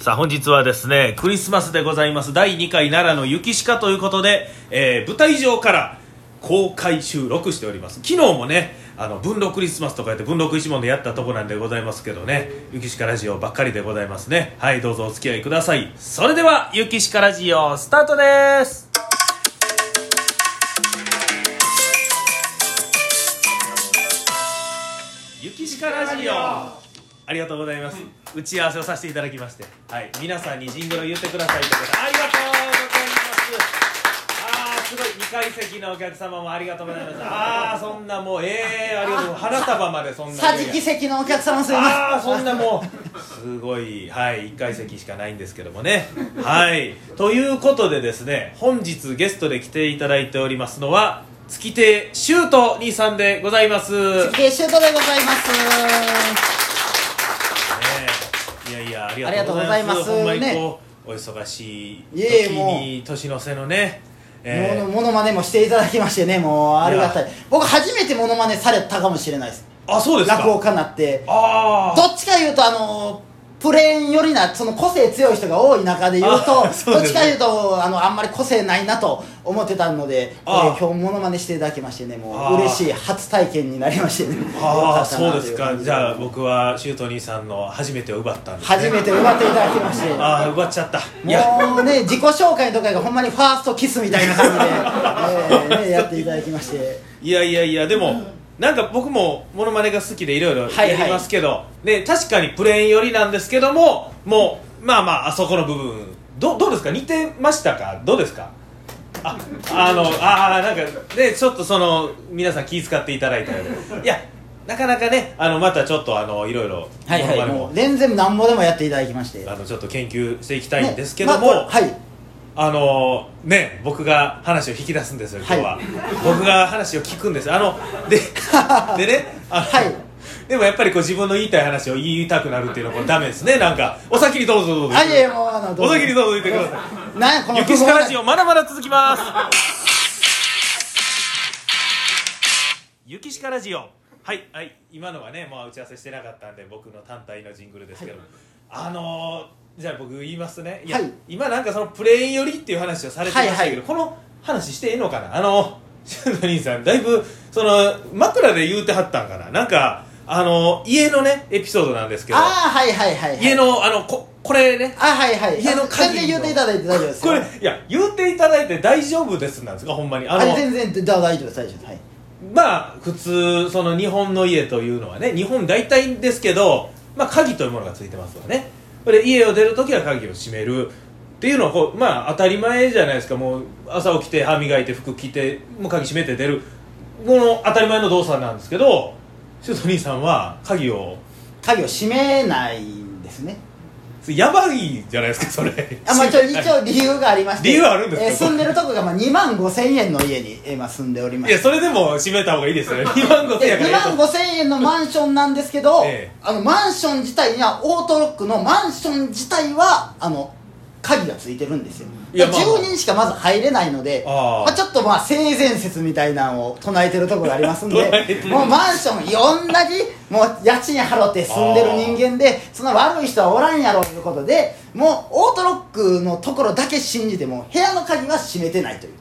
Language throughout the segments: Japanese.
さあ本日はですねクリスマスでございます第2回奈良の雪鹿ということで、えー舞台上から公開収録しております昨日もねあの文禄クリスマスとかやって文禄一門でやったとこなんでございますけどね雪鹿ラジオばっかりでございますねはいどうぞお付き合いくださいそれでは雪鹿ラジオスタートです雪鹿ラジオありがとうございます、打ち合わせをさせていただきまして、はい、皆さんにジングルを言ってくださいということでありがとうございますあーすごい2階席のお客様もありがとうございますああそんなもうええありがとう花束までそんな桟敷席のお客様すいませんああそんなもうすごいはい1階席しかないんですけどもねはいということでですね本日ゲストで来ていただいておりますのは月亭修斗兄さんでございます月シュートでございますねえいやいやありがとうございますありがとうございまほすんまにこうお忙しいいえいえ時に年の瀬のね、えものモノマネもしていただきましてねもうありがたいい僕初めてモノマネされたかもしれないですーあそうです落語か家になってあどっちかいうとあのプレーン寄りなその個性強い人が多い中で言うとあそどうっですちねかいうとあのあんまり個性ないなと思ってたので、えあー今日モノマネしていただきましてねもあう嬉しい初体験になりましてねあああよったなそうといですか感じゃあ僕は修斗兄さんの初めてを奪ったんです、ね、初めて奪っていただきましてああ奪っちゃったいやもうね自己紹介とかがほんまにファーストキスみたいな感 じで、えーね、やっていただきましていやいやいやでも、なんか僕もモノマネが好きでいろいろはいはやいりますけど、ね確かにプレーン寄りなんですけどももうまあまああそこの部分どどうですか似てましたかどうですかああのあーなんかねちょっとその皆さん気遣っていただいたようでいやなかなかねあのまたちょっとあのいろいろはいはモいノマネももう全然なんぼでもやっていただきましてあのちょっと研究していきたいんですけども、ねまあこれはいあのね僕が話を引き出すんですよ今日は、はい僕が話を聞くんですあの ででねあの、はいでもやっぱりこう自分の言いたい話を言いたくなるっていうのはこれダメですねなんかお先にどうぞどうぞあいえいえもうあのお先にどうぞ言ってくださいなんやこいの雪下ラジオまだまだ続きます雪下ラジオはいはい今のはねもう打ち合わせしてなかったんで僕の単体のジングルですけど、あのー、じゃあ僕言いますねいや、はい今なんかそのプレーン寄りっていう話をされてましたけど、はいはいこの話していいのかなあの俊太兄さんだいぶその枕で言うてはったんかななんかあの家のねエピソードなんですけどああはいはいはい、はい、家のあのここれねあはいはい家の全鍵然言っていただいて大丈夫ですこよれいや言っていただいて大丈夫ですなんですかほんまにああの全然だ大丈夫です大丈夫ですはいまあ普通その日本の家というのはね日本大体ですけど、まあ、鍵というものがついてますわねこれ家を出るときは鍵を閉めるっていうのはこうまあ当たり前じゃないですかもう朝起きて歯磨いて服着てもう鍵閉めて出るこの当たり前の動作なんですけどシュート兄さんは鍵を鍵を閉めないんですねそれやばいじゃないですかそれあまあ、ちょ一応理由がありまして理由あるんですかえー住んでるとこがまあ2万5千円の家にえーまあ住んでおりまいやしてそれでも閉めた方がいい ですよね2万5千円でや2から万5000円のマンションなんですけど、ええあのマンション自体にはオートロックのマンション自体はあの鍵がついてるんですよいやまあ10人しかまず入れないのでああまあ、ちょっとまあ性善説みたいなのを唱えてるところがありますん唱えてでるもうマンション同じもう家賃払って住んでる人間でそんな悪い人はおらんやろということでもうオートロックのところだけ信じても部屋の鍵は閉めてないという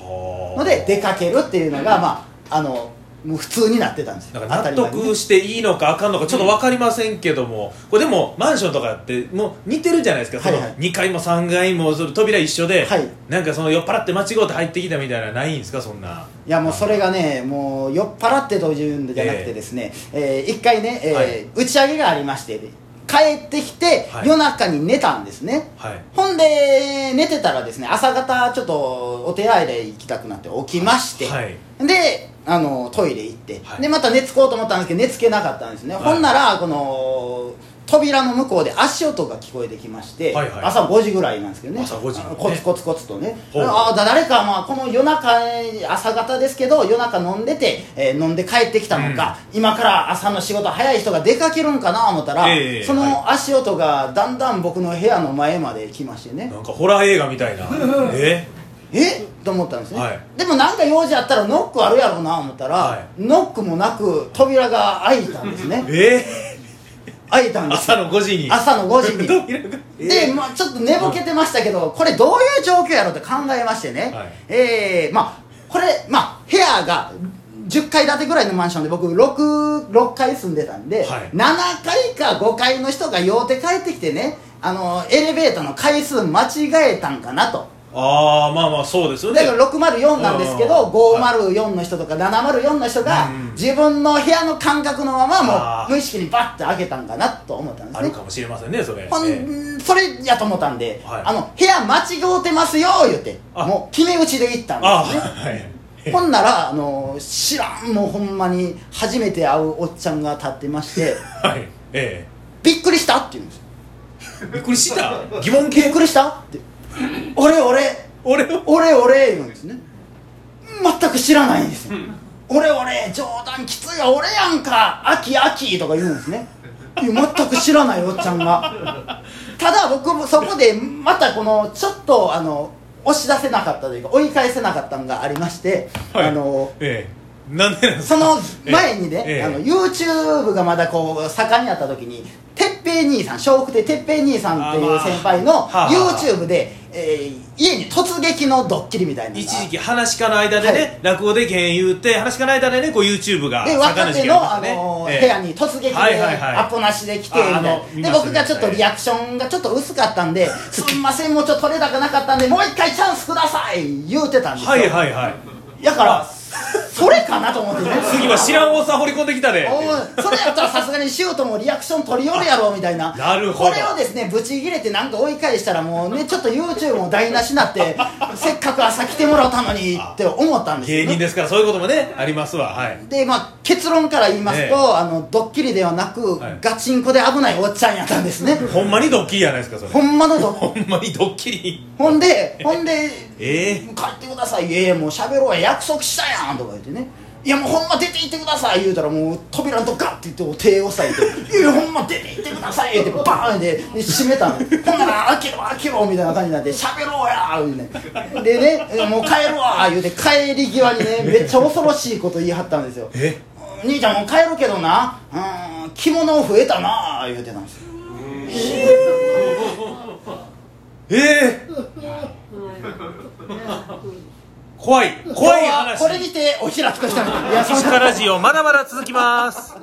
はあので出かけるっていうのがまああのもう普通になってたんですよなんか納当たり前得にしていいのかあかんのかちょっと分かりませんけども、これでもマンションとかってもう似てるじゃないですか、はいはいその2階も3階もその扉一緒で、はいなんかその酔っ払って間違うて入ってきたみたいなのないんですかそんないやもうそれがねもう酔っ払ってというんじゃなくてですね、えー一回ね、えーはい打ち上げがありまして帰ってきて、はい夜中に寝たんですねはいほんで寝てたらですね朝方ちょっとお手洗いで行きたくなって起きまして、はいであのトイレ行って、はいでまた寝つこうと思ったんですけど寝つけなかったんですね、はいほんならこの扉の向こうで足音が聞こえてきまして、はいはい朝5時ぐらいなんですけどね朝5時あのコツコツコツとねほうああだ誰か、まあ、この夜中朝方ですけど夜中飲んでて、えー飲んで帰ってきたのか、今から朝の仕事早い人が出かけるんかな思ったら、ええそはいの足音がだんだん僕の部屋の前まで来ましてねなんかホラー映画みたいなええと思ったんですね、はいでもなんか用事あったらノックあるやろうな思ったら、は ノックもなく扉が開いたんですねえ会えたんです朝の5時に朝の5 時に扉がで、まあ、ちょっと寝ぼけてましたけど、これどういう状況やろうって考えましてね、はいえーまあこれまあ部屋が10階建てぐらいのマンションで僕 6, 6階住んでたんで、はい7階か5階の人が用て帰ってきてねあのエレベーターの回数間違えたんかなとああまあまあそうですよねだから604なんですけどうん504の人とか704の人がうん自分の部屋の感覚のままもあーう無意識にバッて開けたんかなと思ったんであするねかもしれませんねそれほんええそれやと思ったんで、はいあの部屋間違うてますよ言ってあもう決め打ちで行ったあ んですねーはい ほんならあの知らんもうほんまに初めて会うおっちゃんが立ってましてはいえ「びっくりした?」って言うんですよえびっくりした疑問「びっ系くりした?」って「俺俺 俺を俺俺」言うんですね全く知らないんですよ「俺俺冗談きついよ俺やんか秋秋」とか言うんですねいや全く知らないおっちゃんがただ僕もそこでまたこのちょっとあの押し出せなかったというか追い返せなかったのがありまして、はいあのええなんでなんですそかの前にね、ええあの YouTube がまだこう盛んにあった時に哲平兄さん笑福亭哲平兄さんっていあまうあ先輩のはあ YouTube で、えー家に突撃のドッキリみたいなのが一時期話し家の間でね、はい落語で言言うて話し家の間でねこう YouTube がで盛ん若な手時期の、ありましあたねのええ部屋に突撃で、はいはいはいアポなしで来てみあたあのいな見でました僕がちょっとリアクションがちょっと薄かったんで「すんませんもうちょっと取れ高なかったんでもう一回チャンスください」言うてたんですよはいはいはいだからあそれかなと思ってね 次は知らんおっさん掘り込んできたで おうそれやったらさすがにシュートもリアクション取り寄るやろみたいななるほどこれをですねブチ切れてなんか追い返したらもうねちょっと YouTube も台無しになって せっかく朝来てもらったのにって思ったんですよ、芸人ですからそういうこともねありますわはいでまあ、結論から言いますと、ええあのドッキリではなく、はいガチンコで危ないおっちゃんやったんで すねほんまにドッキリじゃないですかそれほんまのドッほんまにドッキリほんでほんでええ帰ってください」「いやいやもう喋ろうや約束したやん」とか言ってね「いやもうほんま出て行ってください」言うたらもう扉のとこガッて言って手を押さえて「いやいやほんま出て行ってください」ってバーンでで閉めたのほんなら「開けろ開けろ」みたいな感じになって「喋ろうや」みたいなでね「もう帰るわ」言うて帰り際にねめっちゃ恐ろしいこと言い張ったんですよえ兄ちゃんもう帰るけどなうん着物増えたな言うてたんですよええ怖い怖い話これにてお開きとしたみたいないやそん石な川ラジオまだまだ続きます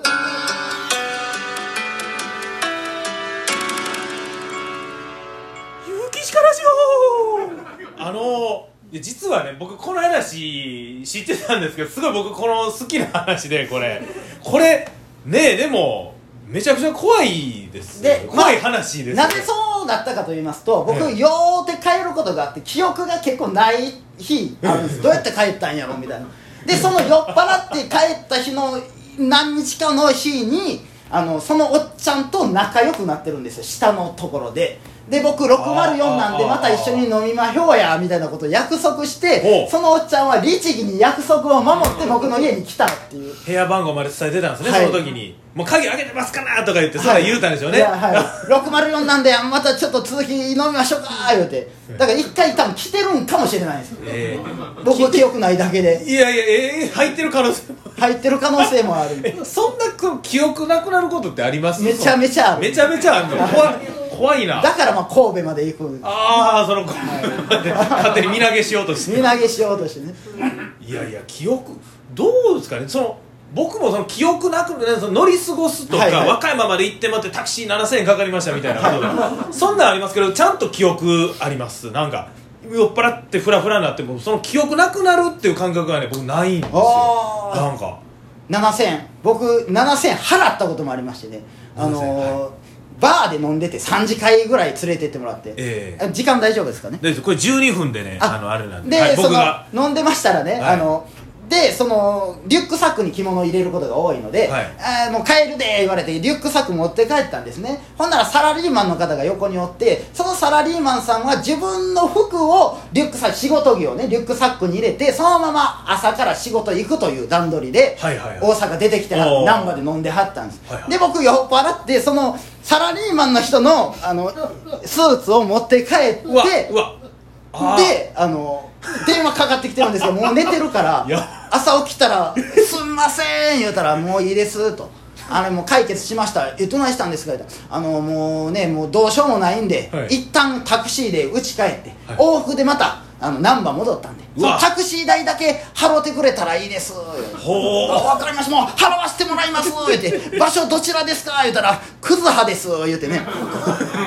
ゆうきしからジオあのいや実はね僕この話知ってたんですけどすごい僕この好きな話でこれこれねえでもめちゃくちゃ怖いですで怖い話です、なぜそうなったかと言いますと僕、ええようて帰ることがあって記憶が結構ない日あるんですどうやって帰ったんやろみたいなでその酔っ払って帰った日の何日かの日にあのそのおっちゃんと仲良くなってるんですよ下のところでで僕604なんであーまた一緒に飲みまひょうやみたいなことを約束してほうそのおっちゃんは律儀に約束を守って僕の家に来たっていう部屋番号まで伝えてたんですね、はいその時に「もう鍵開けてますかな?」とか言ってそれ言うたんでしょうね、はいいやはい604なんでまたちょっと続き飲みましょうか言うてだから一回多分来てるんかもしれないです ええ僕記憶ないだけでいやいや、ええ入ってる可能性も。入ってる可能性もあるんでえ、そんなこう記憶なくなることってありますめちゃめちゃあるめちゃめちゃあるの。怖い、怖いな。だからまあ神戸まで行くんああ、その、勝手に身投げしようとし身て。投げしようとしてねいやいや、記憶、どうですかね、その、僕もその記憶なくね、その乗り過ごすとか、はいはい若いままで行って待ってタクシー7000円かかりましたみたいなこと が、そんなんありますけど、ちゃんと記憶あります。なんか、酔っ払ってフラフラになっても、その記憶なくなるっていう感覚がね、僕ないんですよあ。ーなんか。 7000僕7000払ったこともありましてねあのーはバーで飲んでて3次会ぐらい連れてってもらって、ええあ時間大丈夫ですかね大丈夫これ12分でねああのあれなんでで、はい、そ僕がの飲んでましたらね、はいあのでそのリュックサックに着物を入れることが多いので「はいあーもう帰るで」言われてリュックサック持って帰ったんですねほんならサラリーマンの方が横におってそのサラリーマンさんは自分の服をリュックサック仕事着をねリュックサックに入れてそのまま朝から仕事行くという段取りで、はいはいはい大阪出てきてはおー難波で飲んではったんです、はいはいで僕酔っ払ってそのサラリーマンの人のあのスーツを持って帰ってうわうわあーであの電話かかってきてるんですよもう寝てるからいや朝起きたら「すんません」言うたら「もういいです」とあれもう解決しましたえどないしたんですか?」言ったらあのもうねもうどうしようもないんで、はい一旦タクシーで家帰って、はい往復でまたあの難波戻ったんでうわそのタクシー代だけ払ってくれたらいいですほうあわかりましたもう払わせてもらいます」言って「場所どちらですか?」言ったら「クズハです」言ってね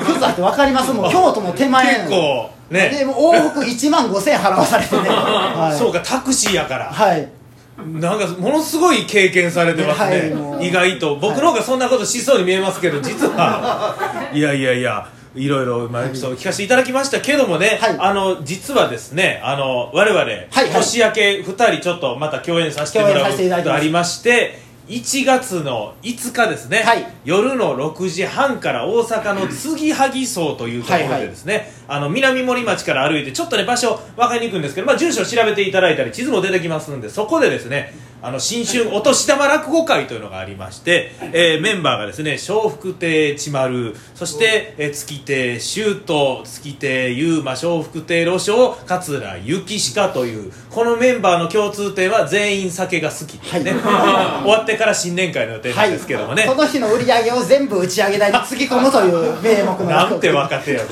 クズハってわかりますもう京都の手前結構ねでもう往復1万5000円払わされてね、はい、そうかタクシーやからはいなんかものすごい経験されてますね、はいもう意外と僕の方がそんなことしそうに見えますけど実 はいやいやいやいろいろまあエピソード聞かせていただきましたけどもね、はいあの実はですねあの我々、はい年明け2人ちょっとまた共演させても共演らうさせていたこだきとますありまして1月の5日ですね、はい夜の6時半から大阪の継ぎはぎ荘というところでですねはいはい、ですねあの南森町から歩いてちょっとね場所分かりにくいんですけど、まあ、住所を調べていただいたり地図も出てきますんでそこでですねあの新春お年玉落語会というのがありまして、えーメンバーがですね笑福亭千丸そして、えー月亭周東月亭優馬笑福亭老匠桂幸鹿というこのメンバーの共通点は全員酒が好きっていうね、 終わってから新年会の予定なんですけどもね、その日の売り上げを全部打ち上げ代につぎ込むという名目のなんて若手やろ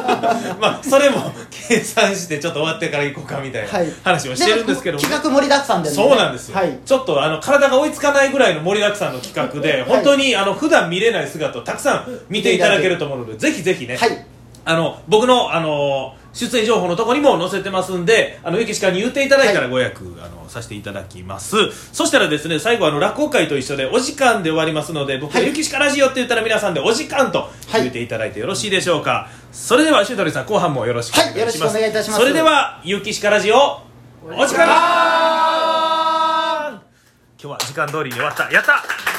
まあそれも計算してちょっと終わってから行こうかみたいはいな話をしてるんですけども、企画盛りだくさんでねそうなんですよ、はいちょっとあの体が追いつかないぐらいの盛りだくさんの企画ではい本当にあの普段見れない姿をたくさん見ていただけると思うのでぜひぜひね、はいあの僕のあの出演情報のとこにも載せてますんであのゆきしかに言っていただいたらはご予約、あのさせていただきますそしたらですね最後あの落語会と一緒でお時間で終わりますので僕、はいゆきしかラジオって言ったら皆さんでお時間とはい言っていただいてよろしいでしょうか、それではシュートリーさん後半もよろしくお願いします、はいよろしくお願いいたしますそれではゆきしかラジオお時間だ今日は時間通りに終わったやった